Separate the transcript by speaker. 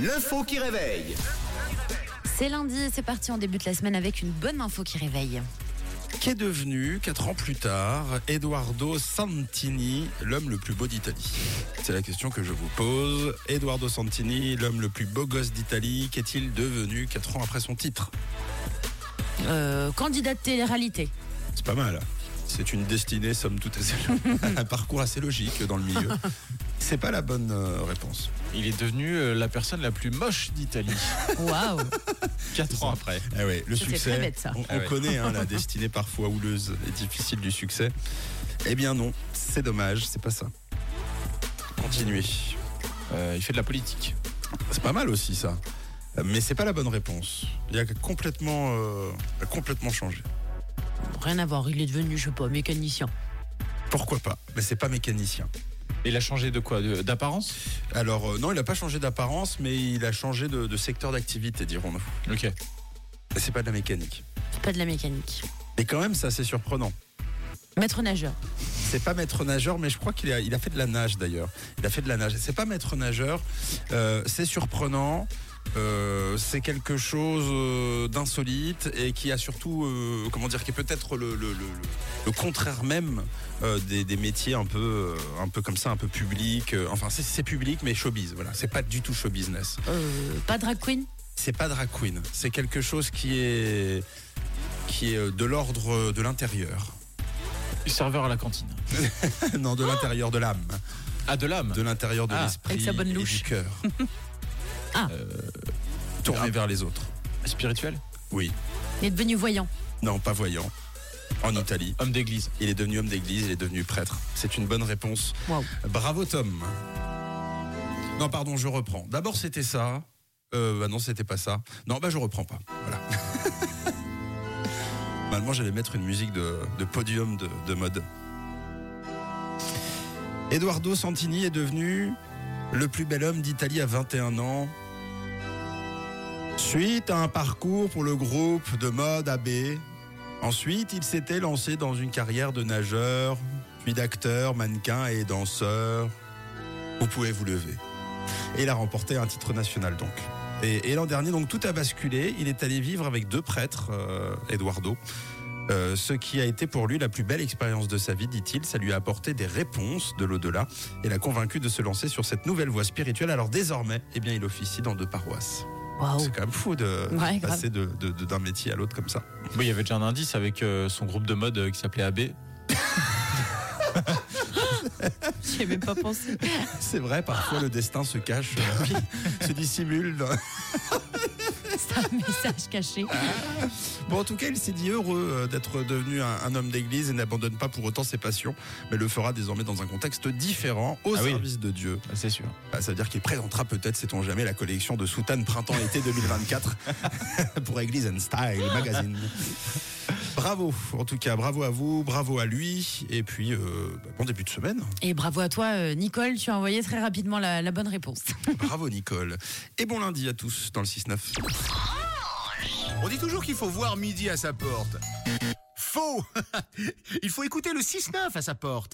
Speaker 1: L'info qui réveille.
Speaker 2: C'est lundi, c'est parti, on débute la semaine avec une bonne info qui réveille.
Speaker 3: Qu'est devenu, quatre ans plus tard, Eduardo Santini, l'homme le plus beau d'Italie C'est la question que je vous pose. Eduardo Santini, l'homme le plus beau gosse d'Italie, qu'est-il devenu quatre ans après son titre
Speaker 2: Euh, candidat de télé-réalité.
Speaker 3: C'est pas mal. hein. C'est une destinée, somme toute, assez... un parcours assez logique dans le milieu. C'est pas la bonne euh, réponse.
Speaker 4: Il est devenu euh, la personne la plus moche d'Italie,
Speaker 2: Waouh
Speaker 4: 4 ans après.
Speaker 3: Ah ouais, le
Speaker 2: Ça, c'est
Speaker 3: succès,
Speaker 2: très bête, ça.
Speaker 3: on, on
Speaker 4: Ah ouais.
Speaker 3: connaît hein, la destinée parfois houleuse et difficile du succès. Eh bien non, c'est dommage, c'est pas ça. Continuez.
Speaker 4: Euh, il fait de la politique.
Speaker 3: C'est pas mal aussi ça. Mais c'est pas la bonne réponse. Il a complètement, euh, a complètement changé.
Speaker 2: Rien à voir, il est devenu, je sais pas, mécanicien.
Speaker 3: Pourquoi pas Mais c'est pas mécanicien.
Speaker 4: Et il a changé de quoi De- D'apparence
Speaker 3: Alors euh, non, il a pas changé d'apparence, mais il a changé de, de secteur d'activité, dirons-nous.
Speaker 4: Ok.
Speaker 3: Et C'est pas de la mécanique.
Speaker 2: C'est pas de la mécanique.
Speaker 3: Mais quand même, c'est assez surprenant.
Speaker 2: Maître nageur.
Speaker 3: C'est pas maître nageur, mais je crois qu'il a, il a fait de la nage d'ailleurs. Il a fait de la nage. C'est pas maître nageur. euh, c'est surprenant. euh, c'est quelque chose euh, d'insolite et qui a surtout, euh, comment dire, qui est peut-être le, le- le- le- le contraire même euh, des, des métiers un peu, euh, un peu comme ça, un peu public. euh, enfin, c'est- c'est public, mais showbiz. Voilà, c'est pas du tout show business.
Speaker 2: Euh, pas drag queen.
Speaker 3: C'est pas drag queen. C'est quelque chose qui est, qui est euh, de l'ordre de l'intérieur.
Speaker 4: Serveur à la cantine.
Speaker 3: non, de l'intérieur de l'âme.
Speaker 4: Ah, de l'âme
Speaker 3: de l'intérieur de
Speaker 4: Ah,
Speaker 3: l'esprit
Speaker 2: avec sa bonne
Speaker 3: et
Speaker 2: louche.
Speaker 3: du cœur. Euh,
Speaker 2: Ah.
Speaker 3: tourné vers les autres.
Speaker 4: Spirituel
Speaker 3: Oui.
Speaker 2: Il est devenu voyant.
Speaker 3: Non, pas voyant. En Italie,
Speaker 4: Homme d'église.
Speaker 3: il est devenu homme d'église, il est devenu prêtre. C'est une bonne réponse.
Speaker 2: Waouh.
Speaker 3: Bravo Tom. Non, pardon, je reprends. D'abord c'était ça. Euh, bah non, c'était pas ça. Non, bah je reprends pas. Voilà. Normalement, j'allais mettre une musique de, de podium de, de mode. Eduardo Santini est devenu le plus bel homme d'Italie à 21 ans. Suite à un parcours pour le groupe de mode AB, ensuite il s'était lancé dans une carrière de nageur, puis d'acteur, mannequin et danseur. Vous pouvez vous lever. Et il a remporté un titre national donc. Et, et l'an dernier, donc tout a basculé. Il est allé vivre avec deux prêtres, euh, Eduardo. Euh, ce qui a été pour lui la plus belle expérience de sa vie, dit-il. Ça lui a apporté des réponses de l'au-delà et l'a convaincu de se lancer sur cette nouvelle voie spirituelle. Alors désormais, eh bien, il officie dans deux paroisses.
Speaker 2: Waouh.
Speaker 3: C'est quand même fou de
Speaker 2: Ouais, grave.
Speaker 3: passer de- de- de- d'un métier à l'autre comme ça.
Speaker 4: Oui, il y avait déjà un indice avec euh, son groupe de mode euh, qui s'appelait AB.
Speaker 2: J'y ai même pas pensé.
Speaker 3: C'est vrai, parfois le destin se cache, euh, puis se dissimule. dans-
Speaker 2: C'est un message caché.
Speaker 3: Bon, en tout cas, il s'est dit heureux euh, d'être devenu un, un homme d'église et n'abandonne pas pour autant ses passions, mais le fera désormais dans un contexte différent, au
Speaker 4: Ah oui.
Speaker 3: service de Dieu.
Speaker 4: Ah, C'est sûr.
Speaker 3: Bah, ça veut dire qu'il présentera peut-être, sait-on jamais, la collection de soutanes printemps-été 2024 pour Église and Style Magazine. Bravo, en tout cas, bravo à vous, bravo à lui, et puis euh, bah, bon début de semaine.
Speaker 2: Et bravo à toi, euh, Nicole, tu as envoyé très rapidement la- la bonne réponse.
Speaker 3: Bravo Nicole, et bon lundi à tous dans le 6-9.
Speaker 1: On dit toujours qu'il faut voir midi à sa porte. Faux Il faut écouter le 6-9 à sa porte.